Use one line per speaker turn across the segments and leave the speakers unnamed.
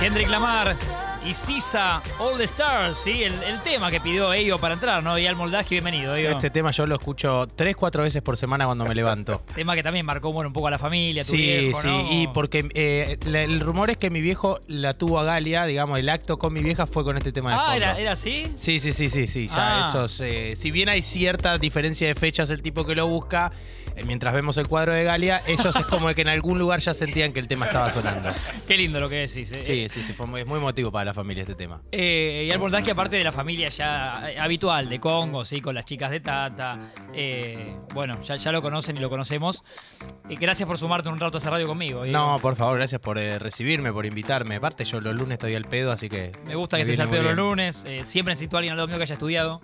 Kendrick Lamar y Sisa All the Stars, ¿sí? El, el tema que pidió Eyo para entrar, ¿no? Y al Moldaski, bienvenido, Eyo.
Este tema yo lo escucho tres, cuatro veces por semana cuando me levanto.
Tema que también marcó bueno, un poco a la familia, a tu
Sí,
viejo,
sí,
¿no?
y porque eh, la- el rumor es que mi viejo la tuvo a Galia, digamos, el acto con mi vieja fue con este tema de
Ah,
fondo.
¿era, era así?
Sí, sí, sí, sí, sí, ya
Ah.
esos... eh, si bien hay cierta diferencia de fechas el tipo que lo busca, eh, mientras vemos el cuadro de Galia, ellos es como que en algún lugar ya sentían que el tema estaba sonando.
Qué lindo lo que decís. eh.
Sí, sí, sí, fue muy, es muy emotivo para la familia este tema.
Eh, y al Moldaski, aparte de la familia ya eh, habitual de Congo, sí, con las chicas de Tata. eh, bueno, ya, ya lo conocen y lo conocemos. Eh, gracias por sumarte un rato a esa radio conmigo. Eyo.
No, por favor, gracias por eh, recibirme, por invitarme. Aparte, yo los lunes estoy al pedo, así que...
Me gusta que
me
estés
viene
al
muy
pedo los
bien.
lunes. eh, siempre necesito a alguien al lado mío que haya estudiado.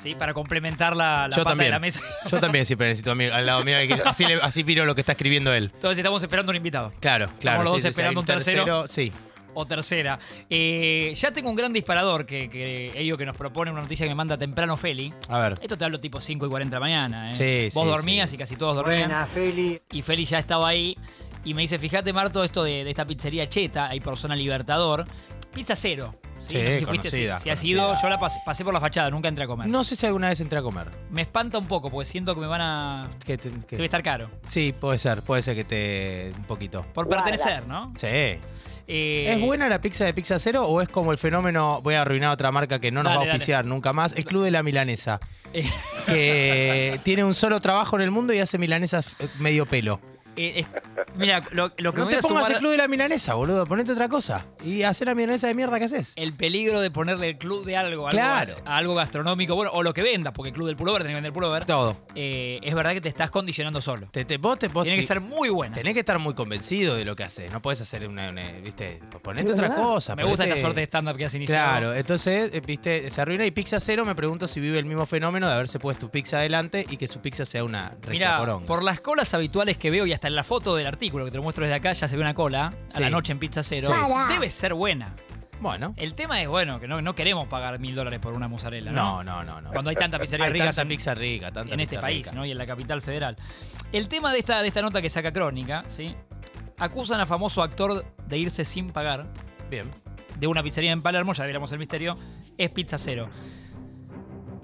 ¿sí? Para complementar la, la
Yo
pata
también.
de la mesa.
Yo también siempre necesito a mi- al lado mío, que- así, le- así miro lo que está escribiendo él.
Entonces estamos esperando un invitado.
Claro, claro.
los dos
sí, sí, sí,
esperando
hay
un tercero.
Sí.
O tercera. Eh, ya tengo un gran disparador que, que ello que nos propone una noticia que me manda temprano Feli.
A ver.
Esto te hablo tipo 5 y 40 de la mañana. ¿eh?
Sí,
Vos
sí,
dormías
sí.
y casi todos dormían.
Feli.
Y Feli ya estaba ahí. Y me dice, fíjate, Marto, esto de, de esta pizzería cheta, ahí por zona Libertador. Pizza cero.
Sí,
No sé si
conocida,
si, si has
conocida.
ido, yo la pas- pasé por la fachada, nunca entré a comer.
No sé si alguna vez entré a comer.
Me espanta un poco porque siento que me van a.
¿Qué te- qué?
que va a estar caro.
Sí, puede ser, puede ser que te. un poquito.
Por
Guarda.
pertenecer, ¿no?
Sí.
Eh,
¿Es buena la pizza de Pizza Cero o es como el fenómeno, voy a arruinar otra marca que no nos
Dale,
va
dale.
a auspiciar nunca más? El Club de la Milanesa,
eh,
que tiene un solo trabajo en el mundo y hace milanesas eh, medio pelo.
eh, es- mira, lo, lo que
No
me voy
te
a
pongas
sumar-
el Club de la Milanesa, boludo, ponete otra cosa. Y hacer la milanesa de mierda que haces.
el peligro de ponerle el club de algo, algo-
Claro.
a algo gastronómico, bueno, o lo que vendas, porque el club del pullover tenés que vender pullover.
Todo.
Eh, es verdad que te estás condicionando solo.
Te, te- vos te vos
Tiene que
sí.
ser muy buena.
Tenés que estar muy convencido de lo que haces. No puedes hacer una, una- viste, pues ponete otra cosa.
Me gusta
ponete-
esta suerte de stand-up que has iniciado.
Claro, entonces, eh, viste, se arruina y Pizza Cero me pregunto si vive el mismo fenómeno de haberse puesto pizza adelante y que su pizza sea una
Mira,
recoporonga.
por las colas habituales que veo y hasta en la foto del artículo que te lo muestro desde acá, ya se ve una cola a
Sí.
la noche en Pizza Cero.
Sí.
Pará.
Debe ser buena.
Bueno,
El tema es, bueno, que no, no queremos pagar mil dólares por una mozzarella, ¿no?
no, no, no, no.
Cuando hay tanta pizzería
Hay
rica
tanta
en-
pizza rica, tanta
en este
pizza
país,
rica.
¿no? Y en la capital federal. El tema de esta, de esta nota que saca Crónica, ¿sí? Acusan a famoso actor de irse sin pagar
Bien.
de una pizzería en Palermo, ya viéramos el misterio, es Pizza Cero.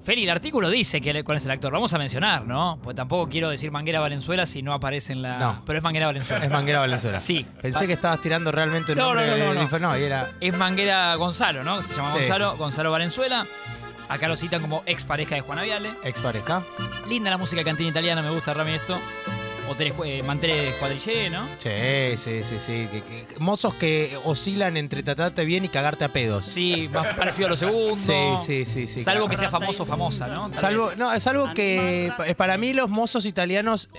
Feli, el artículo dice que cuál es el actor. Vamos a mencionar, ¿no? Pues tampoco quiero decir Manguera Valenzuela si no aparece en la.
No.
Pero es Manguera Valenzuela.
Es Manguera Valenzuela.
Sí.
Pensé que estabas tirando realmente un
No,
nombre
no, no, no,
de-
no.
dijo, y era
Es Manguera Gonzalo, ¿no? Se llama
Sí.
Gonzalo, Gonzalo Valenzuela. Acá lo citan como ex pareja de Juana Viale.
expareja.
Linda la música cantina italiana, me gusta Rami esto. Hoteles, eh, manteles cuadrillé, ¿no?
Sí, sí, sí, sí. que- que- mozos que oscilan entre tratarte bien y cagarte a pedos.
Sí, más parecido a lo segundo.
Sí, sí, sí, sí.
Salvo que sea famoso o famosa, ¿no? Tal
Salvo,
vez.
no, es algo que pa- eh, para mí los mozos italianos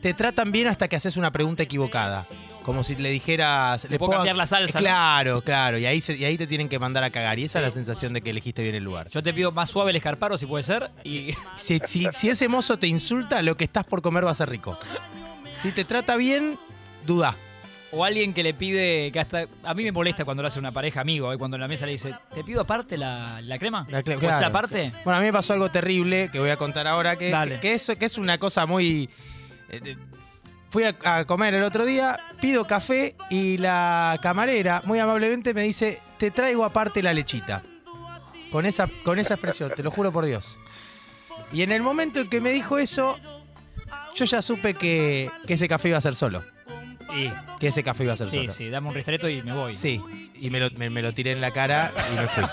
te tratan bien hasta que haces una pregunta equivocada. Como si le dijeras... ¿Le
puedo cambiar la salsa, ¿no?
Claro, claro. Y ahí, se- y ahí te tienen que mandar a cagar. Y esa es la sensación de que elegiste bien el lugar.
Yo te pido más suave el escarparo, si puede ser. Y
Si, si- si ese mozo te insulta, lo que estás por comer va a ser rico. Si te trata bien, duda.
O alguien que le pide, que hasta a mí me molesta cuando lo hace una pareja amigo, ¿eh? cuando en la mesa le dice, ¿te pido aparte la, la crema?
La cre-
¿O
claro.
sea, aparte?
Bueno, a mí me pasó algo terrible que voy a contar ahora, que,
Dale.
que, eso, que es una cosa muy... eh, de- Fui a, a comer el otro día, pido café y la camarera muy amablemente me dice, te traigo aparte la lechita. Con esa, con esa expresión, te lo juro por Dios. Y en el momento en que me dijo eso, yo ya supe que, que ese café iba a ser solo.
Y,
Que ese café iba a ser
sí,
solo.
sí, dame un ristreto y me voy.
Sí, y me lo, me- me lo tiré en la cara y me fui.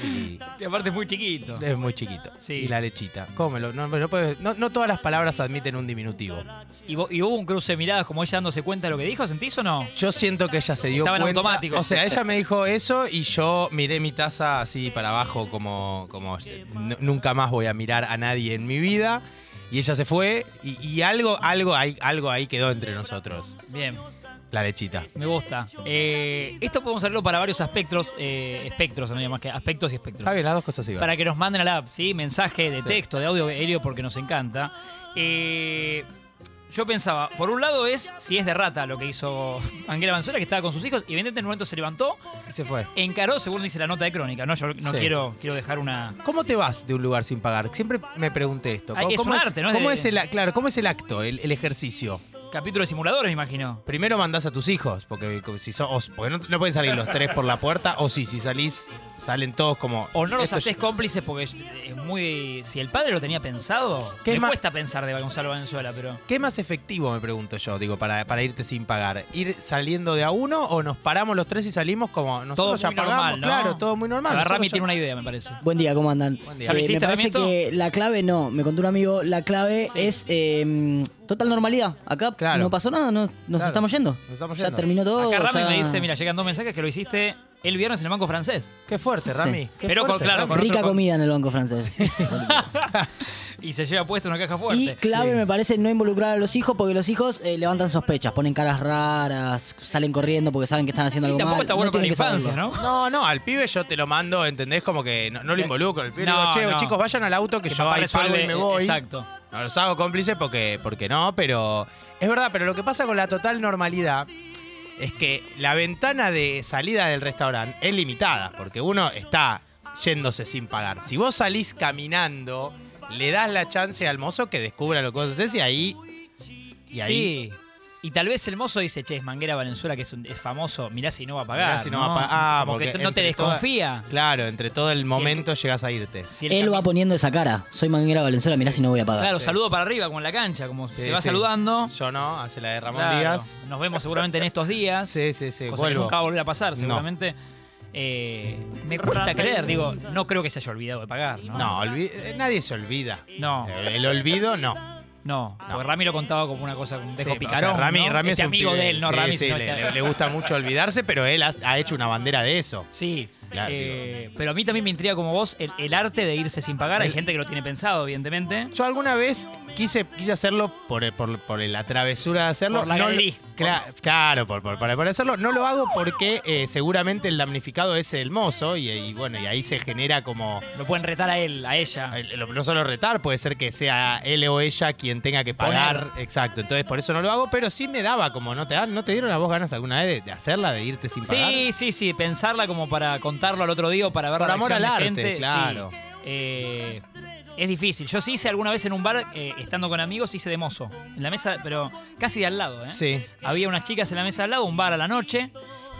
Y-
Y aparte es muy chiquito.
es muy chiquito.
Sí.
Y la lechita. Cómelo. No, no puedes- no- no todas las palabras admiten un diminutivo.
Y, vo- y hubo un cruce de miradas como ella dándose cuenta de lo que dijo, ¿sentís o no?
Yo siento que ella se dio
Estaba en
cuenta.
automático.
O sea, ella me dijo eso y yo miré mi taza así para abajo como, como "N- nunca más voy a mirar a nadie en mi vida. Y ella se fue y, y algo, algo, ahí, algo ahí quedó entre nosotros.
Bien,
La lechita.
me gusta. Eh, esto podemos hacerlo para varios aspectos, eh, espectros, no hay más que aspectos y espectros.
Está bien, las dos cosas iban.
Para que nos manden a la app, ¿sí? Mensaje de
Sí.
texto, de audio, Helio, porque nos encanta. Eh, yo pensaba, por un lado es si es de rata lo que hizo Angela Manzuela, que estaba con sus hijos, y evidentemente en un momento se levantó,
Y se fue.
encaró, según dice la nota de crónica, ¿no? Yo no
Sí.
quiero, quiero dejar una.
¿Cómo te vas de un lugar sin pagar? Siempre me pregunté esto.
Ay, es
¿Cómo
un arte, ¿no? Es
cómo
de-
es el, a- claro, ¿cómo es el acto, el, el ejercicio?
Capítulo de simuladores, me imagino.
Primero mandás a tus hijos, porque, si so- os- porque no, no pueden salir los tres por la puerta, o sí, si salís, salen todos como.
O no los
esto es-
haces cómplices porque es, es muy. Si el padre lo tenía pensado,
¿Qué
me
más-
cuesta pensar de Gonzalo Valenzuela, pero.
¿Qué más efectivo, me pregunto yo, digo, para, para irte sin pagar? ¿Ir saliendo de a uno o nos paramos los tres y salimos como nosotros
todo muy
ya pagamos?
normal, ¿no?
Claro, todo muy normal.
A ver,
nosotros
Rami
ya-
tiene una idea, me parece.
Buen día, ¿cómo andan? Eh,
Buen día.
¿Ya lo hiciste,
me parece
Sarmiento?
que la clave, no, me contó un amigo, la clave
Sí.
es eh, total normalidad. Acá
Claro.
no pasó nada, no- nos
Claro.
estamos yendo.
Nos estamos
Ya
yendo.
terminó todo.
Acá Rami
ya-
me dice, mira, llegan dos mensajes que lo hiciste el viernes en el Banco Francés.
Qué fuerte,
Sí.
Rami. Qué
Pero con-
fuerte,
claro,
Rami.
con-
Rica
otro-
comida en el banco francés.
Y se lleva puesto una caja fuerte.
Y clave me parece no involucrar a los hijos porque los hijos eh, levantan sospechas, ponen caras raras, salen corriendo porque saben que están haciendo
Sí,
algo
tampoco
mal.
está bueno
No
con la
tienen que
infancia,
saberlo.
¿no?
No, no, al pibe yo te lo mando, ¿entendés? Como que no, no lo involucro. El pibe le
Eh, No,
digo, che,
no.
chicos, vayan al auto que,
Que
yo
papá
ahí pago y
resuelve,
me voy.
Exacto.
No los hago cómplices porque, porque no, pero. Es verdad, pero lo que pasa con la total normalidad es que la ventana de salida del restaurante es limitada, porque uno está yéndose sin pagar. Si vos salís caminando, le das la chance al mozo que descubra lo que vos haces y ahí. Y
Sí.
ahí.
Y tal vez el mozo dice, che, es Manguera Valenzuela, que es, un- es famoso, mirá si no va a pagar.
Mirá si no va a pagar. Ah,
Como que
porque
no te
entre toda-
desconfía.
Claro, entre todo el momento llegas a irte.
Si el
Él va poniendo esa cara. Soy manguera valenzuela, mirá si no voy a pagar.
Claro, saludo para arriba, como en la cancha, como
Sí,
se va
sí.
saludando.
Yo no, hace la de Ramón
Claro,
Díaz.
Nos vemos seguramente en estos días.
Sí, sí, sí.
cosa que
vuelvo.
nunca va a volver a pasar,
No.
seguramente. Eh, me cuesta creer, digo, no creo que se haya olvidado de pagar, ¿no?
No, olvi- eh, nadie se olvida. Eh,
No.
El, el olvido, no.
No, porque Rami lo contaba como una cosa, un dejo
Ah. Sí,
picarón.
o sea, Rami,
¿no?
Rami
Este
es un
amigo
pibe-
de él, no
sí,
Rami.
sí,
sino
le,
este-
le- le gusta mucho olvidarse, pero él ha, ha hecho una bandera de eso.
Sí,
Claro,
eh, pero a mí también me intriga como vos el, el arte de irse sin pagar. Hay gente que lo tiene pensado, evidentemente.
Yo alguna vez quise, quise hacerlo por, el- por, por la travesura de hacerlo.
Por la
no lo-
galería.
cla- claro, por, por, por- por hacerlo. No lo hago porque eh, seguramente el damnificado es el mozo y, y bueno, y ahí se genera como...
Lo pueden retar a él, a ella.
el- el- No solo retar, puede ser que sea él o ella quien tenga que pagar. Exacto, entonces por eso no lo hago, pero sí me daba como, ¿no te, dan, ¿no te dieron a vos ganas alguna vez de, de hacerla, de irte sin pagar?
Sí, sí, sí, pensarla como para contarlo al otro día o para ver
Por
la
amor
reacción
al
de
arte,
gente.
claro.
sí. Eh, es difícil. Yo sí hice alguna vez en un bar, eh, estando con amigos, hice de mozo. En la mesa, pero casi de al lado, ¿eh?
Sí.
Había unas chicas en la mesa de al lado, un bar a la noche.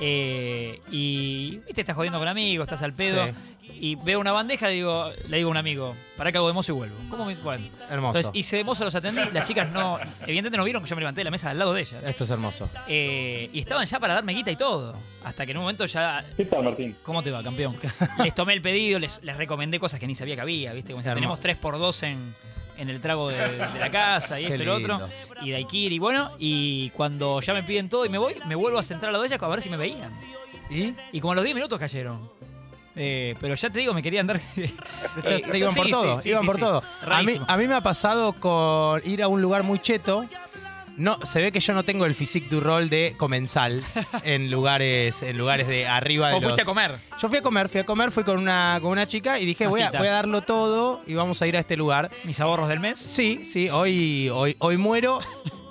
eh, y, viste, estás jodiendo con amigos, estás al pedo.
Sí.
Y veo una bandeja, le digo, le digo a un amigo, para que hago de mozo y vuelvo. ¿Cómo me dice? Bueno.
Hermoso.
Entonces hice de mozo, los atendí. Las chicas no, evidentemente no vieron que yo me levanté de la mesa de al lado de ellas.
Esto es hermoso.
Eh, y estaban ya para darme guita y todo. Hasta que en un momento ya.
¿Qué tal, Martín?
¿Cómo te va, campeón? Les tomé el pedido, les, les recomendé cosas que ni sabía que había, ¿viste? Como si tenemos
Hermoso.
3x2 en, en el trago de, de la casa y
Qué
esto y lo otro.
lindo.
Y Daikiri, bueno. Y cuando ya me piden todo y me voy, me vuelvo a centrar a lo de ellas a ver si me veían.
¿Y?
Y como a los 10 minutos cayeron. Eh, pero ya te digo, me querían dar. Eh,
Ya te iban por todo, iban por todo. A mí, a mí me ha pasado con ir a un lugar muy cheto. No, se ve que yo no tengo el physique du rol de comensal en lugares, en lugares de arriba de
O fuiste a
los-
comer.
Yo fui a comer, fui a comer, fui con una, con una chica y dije, voy a,
Masita.
voy a darlo todo y vamos a ir a este lugar.
Mis ahorros del mes.
Sí, sí, hoy, hoy, hoy muero,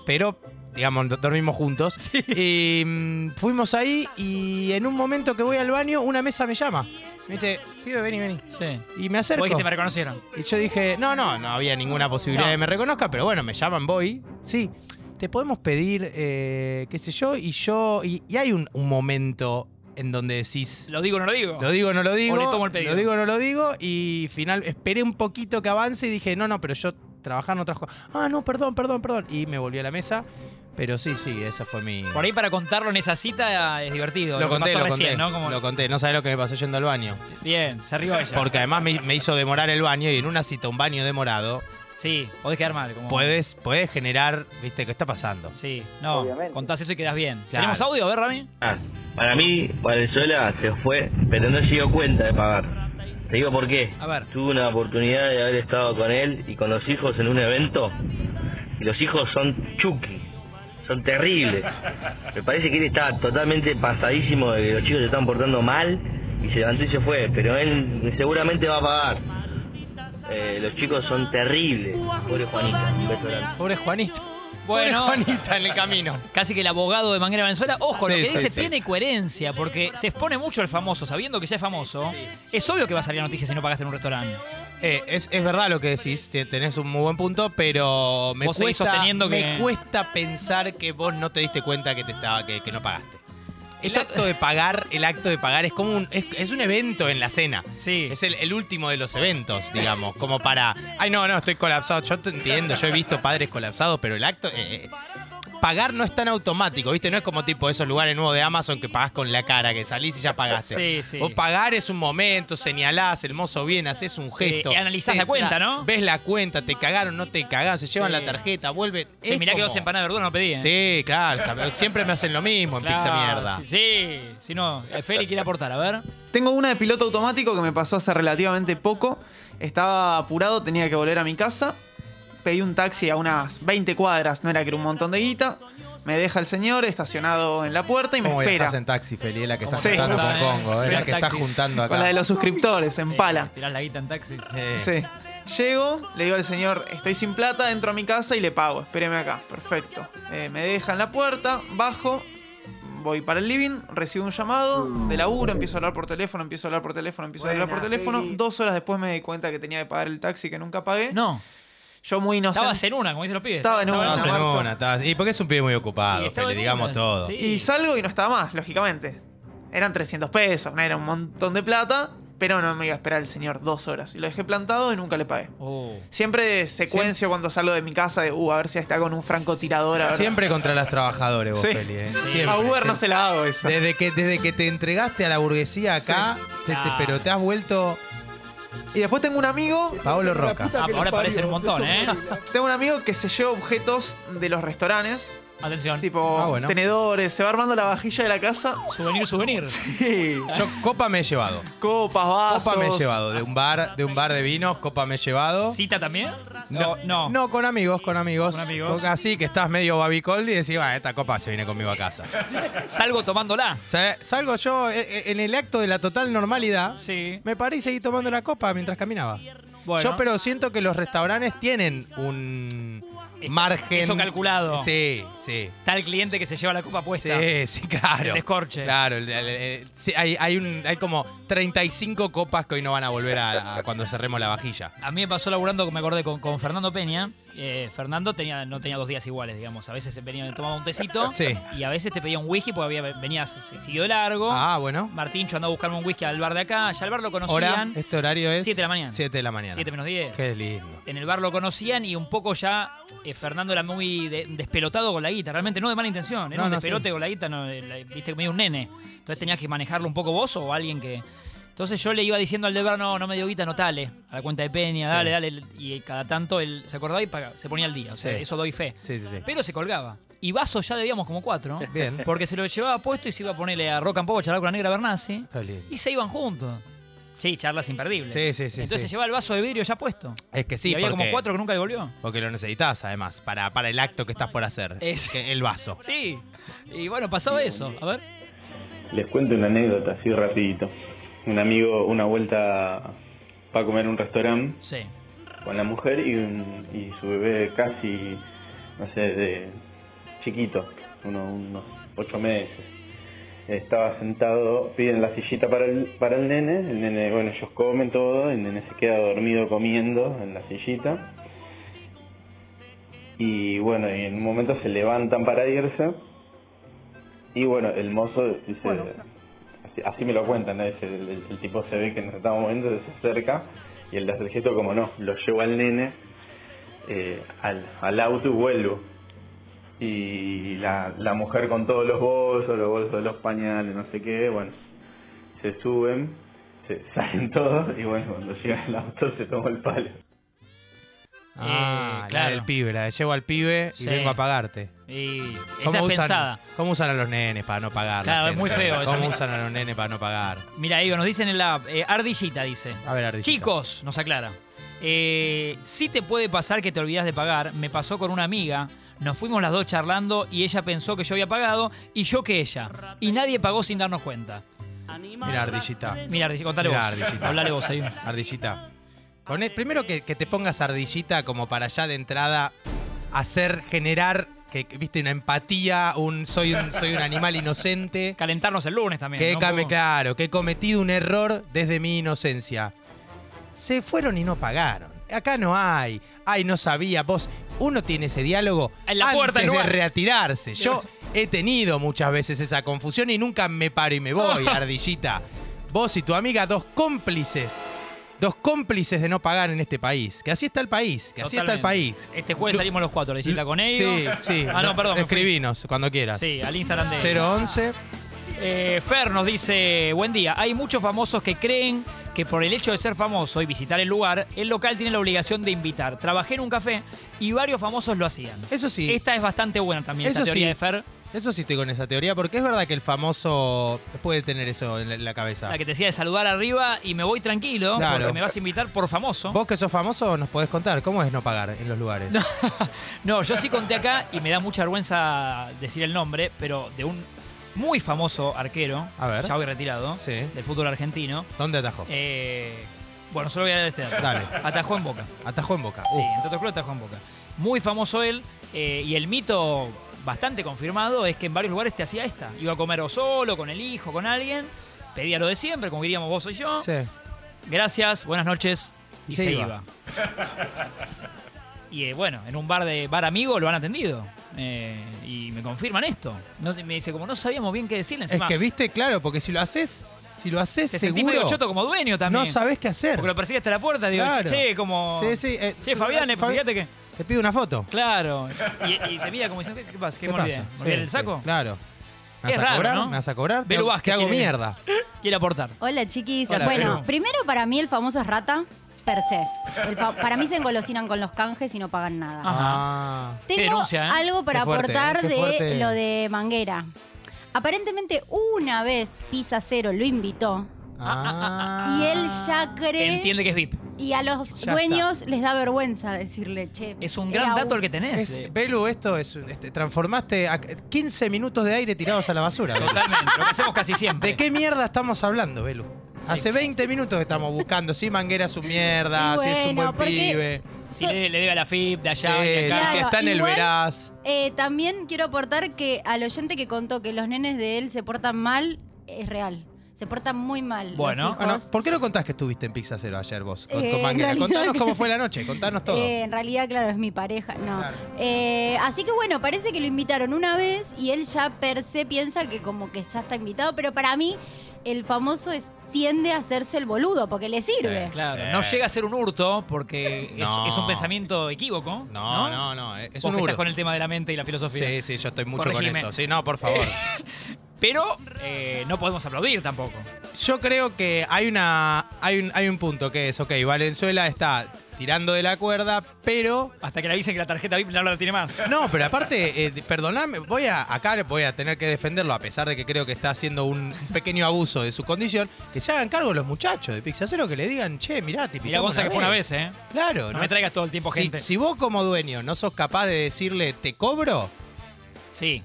pero digamos, do- dormimos juntos. Y mm, fuimos ahí y en un momento que voy al baño, una mesa me llama. Me dice, pibe, vení, vení.
Sí.
Y me acerco.
Vos dijiste, me reconocieron.
Y yo dije, no, no, no había ninguna posibilidad
No.
de que me reconozca, pero bueno, me llaman, voy. Sí, te podemos pedir, eh, qué sé yo, y yo. Y, y hay un, un momento en donde decís,
Lo digo o no lo digo.
lo digo o no lo digo.
O le tomo el pedido.
Lo digo o no lo digo, y final, esperé un poquito que avance y dije, no, no, pero yo trabajar no trabajo. Ah, no, perdón, perdón, perdón. Y me volví a la mesa, pero sí, sí, esa fue mi.
Por ahí para contarlo en esa cita es divertido.
lo
que
conté,
pasó
lo
recién,
conté,
¿no? Como-
lo conté. No sabés lo que me pasó yendo al baño.
Bien, se arriba ella.
Porque además me, me hizo demorar el baño y en una cita, un baño demorado,
Sí, podés quedar mal. Como...
puedes, puedes generar, viste, ¿qué está pasando?
Sí, no.
Obviamente.
Contás eso y quedás bien.
Claro.
¿Tenemos audio? A ver, Rami.
Ah, para mí, Valenzuela se fue, pero no se dio cuenta de pagar. Te digo por qué.
A ver.
Tuve una oportunidad de haber estado con él y con los hijos en un evento. Y los hijos son chuki, son terribles. Me parece que él estaba totalmente pasadísimo de que los chicos se están portando mal y se levantó y se fue. Pero él seguramente va a pagar. Eh, los chicos son terribles. Pobre Juanita, un beso grande.
Pobre Juanita.
Bueno.
Pobre Juanita en el camino.
Casi que el abogado de Manguera Venezuela. Ojo, lo
Sí,
que
sí,
dice
sí.
tiene coherencia, porque se expone mucho el famoso, sabiendo que ya es famoso. Es obvio que va a salir a noticias si no pagaste en un restaurante.
Eh, es, es verdad lo que decís, te- tenés un muy buen punto, pero me,
Vos seguís
cuesta,
sosteniendo
me
que-
cuesta pensar que vos no te diste cuenta que te estaba, que, que no pagaste. El
Esto-
acto de pagar, el acto de pagar es como un, es, es un evento en la cena.
Sí.
Es el, el último de los eventos, digamos, como para, ay no, no, estoy colapsado. Yo te entiendo, yo he visto padres colapsados, pero el acto, eh, eh, pagar no es tan automático, ¿viste? No es como tipo esos lugares nuevos de Amazon que pagás con la cara, que salís y ya pagaste.
Sí, sí.
Vos pagar es un momento, señalás, el mozo bien, haces un gesto.
y analizás
te
la cuenta,
tra-
¿no?
Ves la cuenta, te cagaron, no te cagaron, se llevan
Sí.
la tarjeta, vuelven.
Sí,
Es
mirá que
como-
dos empanadas de verdura no pedí. ¿eh?
Sí, claro, también- siempre me hacen lo mismo en
Claro,
pizza mierda.
Sí, sí. si no, eh, Feli quiere aportar, a ver.
Tengo una de piloto automático que me pasó hace relativamente poco. Estaba apurado, tenía que volver a mi casa. Pedí un taxi a unas 20 cuadras, no era que era un montón de guita. Me deja el señor estacionado en la puerta y me
¿Cómo
espera.
viajás en taxi, Feli? Es la que está
¿Cómo
te
juntando
gusta,
con
eh?
Congo, es
Sí,
la que está
taxis.
juntando acá.
Con la de los suscriptores, en pala.
Eh, tirás la guita en taxis.
Eh,
Sí. Llego, le digo al señor, estoy sin plata, entro a mi casa y le pago, espéreme acá, perfecto. Eh, me deja en la puerta, bajo, voy para el living, recibo un llamado de laburo, empiezo a hablar por teléfono, empiezo a hablar por teléfono, empiezo a hablar por teléfono. Dos horas después me di cuenta que tenía que pagar el taxi que nunca pagué.
No,
Yo muy inocente.
estabas en una, como dicen los pibes.
Estaba en una,
Estamos en
Marco.
una, estás- Y porque es un pibe muy ocupado,
estaba
Feli,
en
digamos
una.
todo.
Sí.
Y salgo y no estaba más, lógicamente. Eran 300 pesos, no era un montón de plata, pero no me iba a esperar el señor dos horas. Y lo dejé plantado y nunca le pagué.
Oh.
Siempre secuencio cuando salgo de mi casa de, uh, a ver si está con un francotirador. ahora".
Siempre contra las trabajadoras vos,
Sí.
Feli. eh.
Sí.
Siempre,
a Uber no
siempre.
se la hago eso.
Desde que, desde que te entregaste a la burguesía acá, te- te-
Ah.
pero te has vuelto
Y después tengo un amigo,
Paolo Roca.
Ah, ahora parecen un montón, ¿eh?
tengo un amigo que se lleva objetos de los restaurantes,
Atención.
tipo
Ah, bueno.
tenedores, se va armando la vajilla de la casa.
Souvenir, souvenir.
Sí.
Yo copa me he llevado.
Copas, vasos.
Copa me he llevado. De un bar, de un bar de vinos, copa me he llevado.
¿Cita también?
No,
O- no.
no, con amigos, con amigos.
Con amigos.
Así que estás medio babicol y decís, va, esta copa se viene conmigo a casa.
Salgo tomándola.
Sa- Salgo yo eh, eh, en el acto de la total normalidad.
Sí.
Me paré y seguí tomando la copa mientras caminaba.
Bueno.
Yo pero siento que los restaurantes tienen un
Eso-
margen.
eso calculado.
Sí, sí.
Está el cliente que se lleva la copa puesta.
Sí, sí, claro.
El descorche.
Claro, el- el- el- sí, hay, hay, un, hay como 35 copas que hoy no van a volver a, a cuando cerremos la vajilla.
A mí me pasó laburando, me acordé, con, con Fernando Peña. Eh, Fernando tenía, no tenía dos días iguales, digamos. A veces venía, tomaba un tecito
Sí.
y a veces te pedía un whisky porque había, venías, se siguió de largo.
Ah, bueno.
Martín, yo andaba a buscarme un whisky al bar de acá. Ya el bar lo
Hora,
conocían.
este horario es...
Siete de la mañana.
7 de la mañana.
7 menos 10.
Qué lindo.
En el bar lo conocían y un poco ya eh, Fernando era muy de- despelotado con la guita. Realmente no de mala intención, era
No,
un
no,
despelote con la guita, no, eh, la- viste que medio un nene. Entonces tenías que manejarlo un poco vos o alguien que. Entonces yo le iba diciendo al de bar, no, no me dio guita, anotale. A la cuenta de Peña,
Sí.
dale, dale. Y cada tanto él se acordaba y pagaba, se ponía al día. O sea,
Sí.
eso doy fe.
Sí, sí, sí.
Pero se colgaba. Y vaso ya debíamos como cuatro.
Bien.
Porque se lo llevaba puesto y se iba a ponerle a Rock and Pop a charlar con la negra Bernasi.
Qué lindo.
Y se iban juntos. Sí, charlas imperdibles.
Sí, sí, sí,
Entonces
sí.
se llevaba el vaso de vidrio ya puesto.
Es que
y
sí,
había
porque,
como cuatro que nunca devolvió.
porque lo necesitas además para, para el acto que estás por hacer.
Es- Eh,
Que- el vaso.
Sí. Y bueno, pasaba eso. A ver.
Les cuento una anécdota así rapidito. Un amigo una vuelta va a comer a un restaurante
Sí.
con la mujer y, un- y su bebé casi, no sé, de chiquito, uno- unos ocho meses. Estaba sentado, piden la sillita para el, para el nene, el nene, bueno, ellos comen todo, el nene se queda dormido comiendo en la sillita. Y bueno, y en un momento se levantan para irse. Y bueno, el mozo dice, así, así me lo cuentan, ¿no? Dice, el, el- el tipo se ve que nos estamos moviendo, se acerca y el hace el gesto como no, lo llevo al nene eh, al, al auto y vuelvo. Y la, la mujer con todos los bolsos, los bolsos de los pañales, no sé qué, bueno, se suben, se salen todos y bueno, cuando llega el auto se toma el palo.
ah, la
claro.
del pibe, la de llevo al pibe y
Sí.
vengo a pagarte.
Y esa es
usan,
pensada.
¿Cómo usan a los nenes para no pagar? la
Claro, es
gente?
muy feo eso.
¿Cómo usan a los nenes para no pagar?
Mira, digo, nos dicen en la eh, ardillita, dice.
A ver, Ah, Ardillita.
Chicos, nos aclara. Eh, sí te puede pasar que te olvidas de pagar. Me pasó con una amiga. Nos fuimos las dos charlando y ella pensó que yo había pagado y yo que ella. Y nadie pagó sin darnos cuenta.
Mira, Ardillita.
Mira, Ardillita, contale
Mirá,
vos.
Ardillita.
Hablale vos ahí.
Ardillita. Con el- primero que, que te pongas ardillita como para ya de entrada hacer, generar, que, que, viste, una empatía, un soy un, soy un animal inocente.
Calentarnos el lunes también.
Que he
¿no?
come-
Un poco.
claro, que he cometido un error desde mi inocencia. se fueron y no pagaron. Acá no hay, ay, no sabía, vos, uno tiene ese diálogo
En la puerta del
antes de
lugar.
retirarse. Yo he tenido muchas veces esa confusión y nunca me paro y me voy, ardillita. Vos y tu amiga, dos cómplices, dos cómplices de no pagar en este país. Que así está el país, que así está el
Totalmente.
país.
Este jueves
Lu-
salimos los cuatro, lechita con
Sí,
ellos.
sí.
Ah, no, perdón. me fui.
Escribinos cuando quieras.
Sí, al Instagram de
011.
Eh, Fer nos dice, buen día, hay muchos famosos que creen que por el hecho de ser famoso y visitar el lugar, el local tiene la obligación de invitar. Trabajé en un café y varios famosos lo hacían.
Eso sí.
Esta es bastante buena también, esta
Eso
teoría
sí.
de Fer,
Eso sí estoy con esa teoría, porque es verdad que el famoso puede tener eso en la- en la cabeza.
la que te decía de saludar arriba y me voy tranquilo
Claro.
porque me vas a invitar por famoso.
Vos que sos famoso nos podés contar cómo es no pagar en los lugares.
No, yo sí conté acá y me da mucha vergüenza decir el nombre, pero de un muy famoso arquero,
A ver.
ya hoy retirado,
Sí.
del fútbol argentino.
¿Dónde atajó?
Eh, bueno, solo voy a dar este dato.
Dale.
Atajó en Boca.
Atajó en Boca.
Sí,
Uh,
entre otros clubes atajó en Boca. Muy famoso él eh, y el mito bastante confirmado es que en varios lugares te hacía esta. Iba a comer o solo, con el hijo, con alguien. Pedía lo de siempre, como diríamos vos o yo.
sí.
Gracias, buenas noches. Y se,
Se
iba.
iba.
Y eh, bueno, en un bar de bar amigo lo han atendido. Eh, y me confirman esto. No- me dice, como no sabíamos bien qué decirle
Es
encima.
que viste, claro, porque si lo haces, si lo haces
te sentís
seguro,
medio choto como dueño también.
no sabés qué hacer.
Porque lo persigue hasta la puerta, digo,
Claro.
che, como.
Sí, sí, eh,
che, Fabián, eh,
Fabi-
fíjate que.
Te pido una foto.
Claro. Y, y te mira como diciendo, ¿qué, qué pasa? ¿Qué,
¿Qué
me olvidé?
pasa?
¿Me olvidé
Sí,
el
sí,
saco?
Claro. ¿Me
Es
vas a
raro,
cobrar?
¿no?
¿Me vas a cobrar? Te-
Belu Vázquez
te hago
tiene-
mierda.
Quiere aportar.
Hola chiquis.
Hola,
bueno,
Belu.
primero para mí el famoso es rata per se. El fa- para mí se engolosinan con los canjes y no pagan nada.
Ah.
Ah.
Tengo
Qué denuncia, ¿eh?
algo para
Qué fuerte,
aportar
¿eh? Qué
de
fuerte.
lo de Manguera. Aparentemente una vez Pisa Cero lo invitó
Ah.
y él ya cree
Entiende que es VIP.
y a los
Ya
dueños les da vergüenza decirle, che. eh,
Es un
era
gran dato el que tenés.
Es-
eh.
Belu, esto es. un- este, transformaste a 15 minutos de aire tirados a la basura. Belu.
Totalmente. Lo que hacemos casi siempre.
¿De qué mierda estamos hablando, Belu? Hace 20 minutos que estamos buscando si Manguera es un mierda,
Y
si es un
bueno,
buen
porque-
pibe.
Si le, le debe a la FIP, de
Sí,
allá, de acá.
Claro,
si está en el
igual-
Verás.
Eh, también quiero aportar que al oyente que contó que los nenes de él se portan mal, es real. Se portan muy mal. los
Bueno.
hijos.
Ah, no, ¿Por qué no contás que estuviste en Pizza Cero ayer vos con,
Eh,
con
en
Manguera?
realidad-
Contanos cómo fue la noche, contanos todo.
Eh, en realidad, claro, es mi pareja, no.
Claro.
Eh, así que bueno, parece que lo invitaron una vez y él ya per se piensa que como que ya está invitado, pero para mí el famoso es, tiende a hacerse el boludo porque le sirve.
Claro,
Sí.
no llega a ser un hurto porque es-
No.
es, un pensamiento equívoco.
no, no, no, es
Vos
es un
que estás
hurto.
con el tema de la mente y la filosofía.
Sí, sí, yo estoy mucho
Corregime.
con eso. Sí, no, por favor.
Pero eh, no podemos aplaudir tampoco.
Yo creo que hay una hay un, hay un punto que es, ok, Valenzuela está tirando de la cuerda, pero
Hasta que le avisen que la tarjeta VIP no la tiene más.
No, pero aparte, eh, perdoname, voy a, acá voy a tener que defenderlo, a pesar de que creo que está haciendo un pequeño abuso de su condición, que se hagan cargo los muchachos de Pizza Cero, que le digan, che, mirá, te
Mirá,
invitamos
Gonza, que fue una vez, ¿eh?
Claro,
No me traigas todo el tiempo
Si-
gente.
Si vos como dueño no sos capaz de decirle, te cobro,
Sí.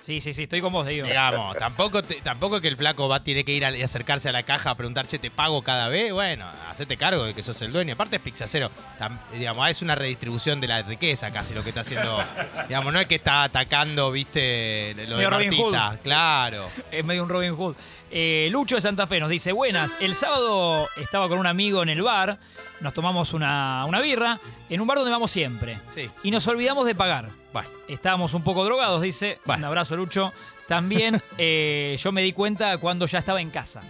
Sí, sí, sí, estoy con vos, digo.
digamos, tampoco, te- tampoco que el flaco va, tiene que ir a, y acercarse a la caja a preguntar, che, te pago cada vez, bueno, hacete cargo de que sos el dueño, aparte es Pizza Cero, tam- digamos, es una redistribución de la riqueza casi lo que está haciendo, digamos, no es que está atacando, viste, lo de
Medio Robin Hood.
Martita, claro.
Es medio un Robin Hood. Eh, Lucho de Santa Fe nos dice, buenas, el sábado estaba con un amigo en el bar, nos tomamos una, una birra, en un bar donde vamos siempre.
Sí.
Y nos olvidamos de pagar. Estábamos un poco drogados, dice. Un
Bueno.
abrazo, Lucho. También eh, yo me di cuenta cuando ya estaba en casa.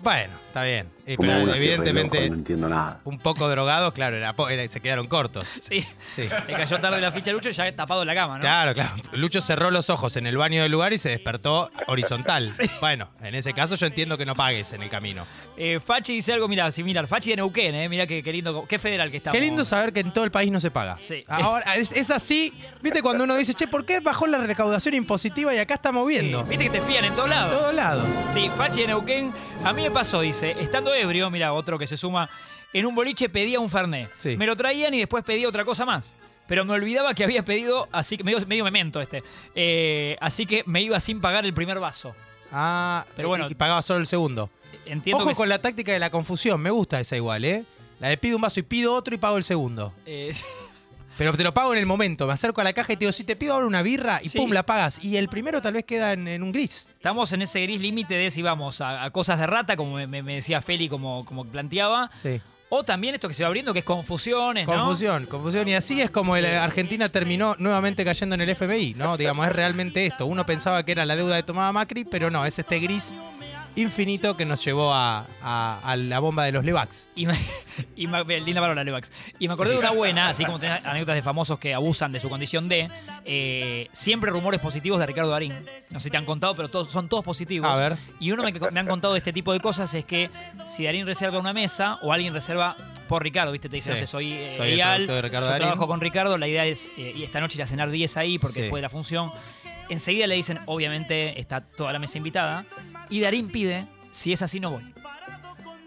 Bueno, está bien. Eh,
Como
pero
una que reloj,
evidentemente,
no entiendo nada.
un poco drogados, claro, era po- era- se quedaron cortos.
Sí.
Sí.
Le cayó tarde la ficha a Lucho y ya tapado en la cama, ¿no?
Claro, claro. Lucho cerró los ojos en el baño del lugar y se despertó horizontal. Bueno, en ese caso yo entiendo que no pagues en el camino.
Eh, Fachi dice algo, mira, similar. Fachi de Neuquén, ¿eh? Mira qué, qué lindo, qué federal que está.
Qué lindo saber que en todo el país no se paga.
Sí.
Ahora, es, es así, viste, cuando uno dice, che, ¿por qué bajó la recaudación impositiva y acá estamos viendo?
Viste que te fían en todos
A
lados.
todos lados.
Sí, Fachi de Neuquén. A mí me pasó, dice, estando ebrio, mira, otro que se suma, en un boliche pedía un fernet.
Sí.
Me lo traían y después pedía otra cosa más. Pero me olvidaba que había pedido, así que medio, medio memento este. Eh, así que me iba sin pagar el primer vaso.
Ah,
Pero bueno.
Y, y pagaba solo el segundo.
Entiendo
Ojo
que
con
es-
la táctica de la confusión, me gusta esa igual, ¿eh? La de pido un vaso y pido otro y pago el segundo.
eh,
Pero te lo pago en el momento. Me acerco a la caja y te digo, si te pido ahora una birra y
Sí.
pum, la pagas. Y el primero tal vez queda en, en un gris.
Estamos en ese gris límite de si vamos a, a cosas de rata, como me, me- me decía Feli, como, como planteaba,
Sí.
o también esto que se va abriendo, que es confusiones, ¿no?
Confusión, confusión. Y así es como el- eh, Argentina terminó nuevamente cayendo en el FMI, ¿no? Digamos, es realmente esto. Uno pensaba que era la deuda de tomada Macri, pero no, es este gris infinito que nos llevó a, a- a la bomba de los Levax.
Y me, y me- bien, linda palabra, Levax. Y me acordé de una buena, así como tenés anécdotas de famosos que abusan de su condición de. eh, siempre rumores positivos de Ricardo Darín. No sé si te han contado, pero todos, son todos positivos.
A ver.
Y uno me, que me han contado de este tipo de cosas es que si Darín reserva una mesa o alguien reserva por Ricardo, ¿viste? Te dice,
Sí.
no sé, soy, eh,
Soy el
Eyal,
productor de Ricardo
yo
Darín.
trabajo con Ricardo, la idea es eh, y esta noche ir a cenar 10 ahí porque
Sí.
después de la función. Enseguida le dicen, obviamente está toda la mesa invitada. Y Darín pide, si es así, no voy.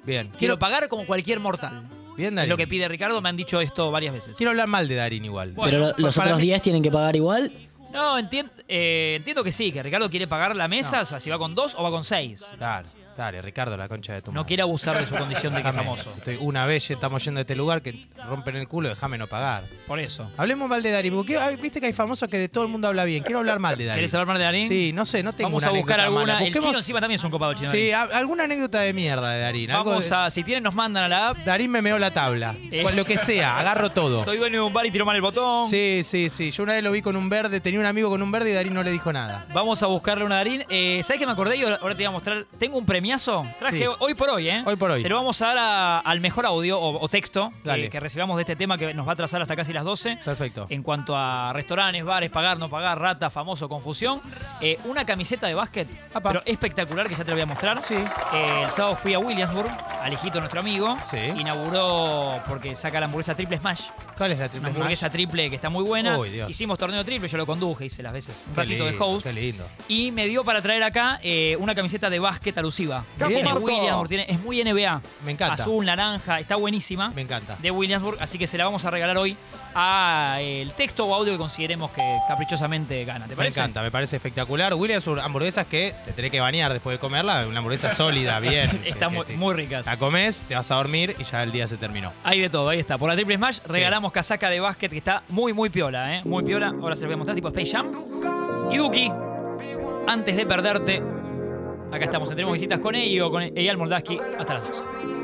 Bien.
Quiero pagar como cualquier mortal.
Bien,
Es
Darín.
lo que pide Ricardo, me han dicho esto varias veces.
Quiero hablar mal de Darín igual.
Bueno, pues
Pero lo- los
para
otros
mí-
10 tienen que pagar igual.
No, entien- eh, entiendo que sí, que Ricardo quiere pagar la mesa, o sea, si va con dos o va con seis.
Dale, dale, Ricardo, la concha de tu
No
madre.
quiere abusar de su condición de que es
Déjame,
famoso.
estoy una vez ya estamos yendo a este lugar que rompen el culo, déjame no pagar.
Por eso.
Hablemos mal de Darín. porque quiero- ay, Viste que hay famosos que de todo el mundo habla bien. Quiero hablar mal de Darín.
¿Querés hablar más de Darín?
Sí, no sé, no tengo
Vamos
una
a buscar
anécdota
alguna.
mala.
El
Busquemos-
chino encima también es un copado chino.
Sí,
Darín.
a- alguna anécdota de mierda de Darín. algo
Vamos
de-
a, si tienen, nos mandan a la app.
Darín me meó la tabla.
Eh.
Con lo que sea, agarro todo.
Soy dueño de un bar y tiró mal el botón.
Sí, sí, sí. Yo una vez lo vi con un verde, tenía un amigo con un verde y Darín no le dijo nada.
Vamos a buscarle una Darín. Eh, ¿Sabés qué me acordé? Y ahora ahora te voy a mostrar. Tengo un premiazo. Traje
Sí.
hoy por hoy, ¿eh?
Hoy por hoy.
Se lo vamos a dar a- al mejor audio o, o texto que-
Dale.
que recibamos de este tema que nos va a trazar hasta casi las 12.
Perfecto.
En cuanto a restaurantes, bares, pagar, no pagar, rata, famoso, confusión. eh, una camiseta de básquet,
Apa.
pero espectacular, que ya te la voy a mostrar.
Sí.
Eh, el sábado fui a Williamsburg, Alejito, nuestro amigo.
Sí.
Inauguró, porque saca la hamburguesa triple smash.
¿Cuál es la
Una
triple
hamburguesa triple que está muy buena.
Uy, Dios.
Hicimos torneo triple, yo lo conduje, hice las veces. Un
Qué
ratito
lindo,
de host.
Qué lindo.
Y me dio para traer acá eh, una camiseta de básquet alusiva.
Qué
Tiene
bien.
Williamsburg, tiene- es muy NBA.
Me encanta.
Azul, naranja, está buenísima
Me encanta.
de Williamsburg, así que se la vamos a regalar hoy a eh, el texto o audio que consideremos que caprichosamente gana. ¿Te
Me
parece?
encanta, me parece espectacular. Williams, hamburguesas que te tenés que bañar después de comerla. Una hamburguesa sólida, bien.
Está
Que-
muy,
que-
muy ricas.
La comes, te vas a dormir y ya el día se terminó.
Hay de todo, ahí está. Por la Triple Smash regalamos casaca de básquet que está muy, muy piola, ¿eh? Muy piola. Ahora se la voy a mostrar, tipo Space Jam. Y Duki, antes de perderte, acá estamos. Tenemos visitas con ello, con Eyal Moldaski. Hasta las 12.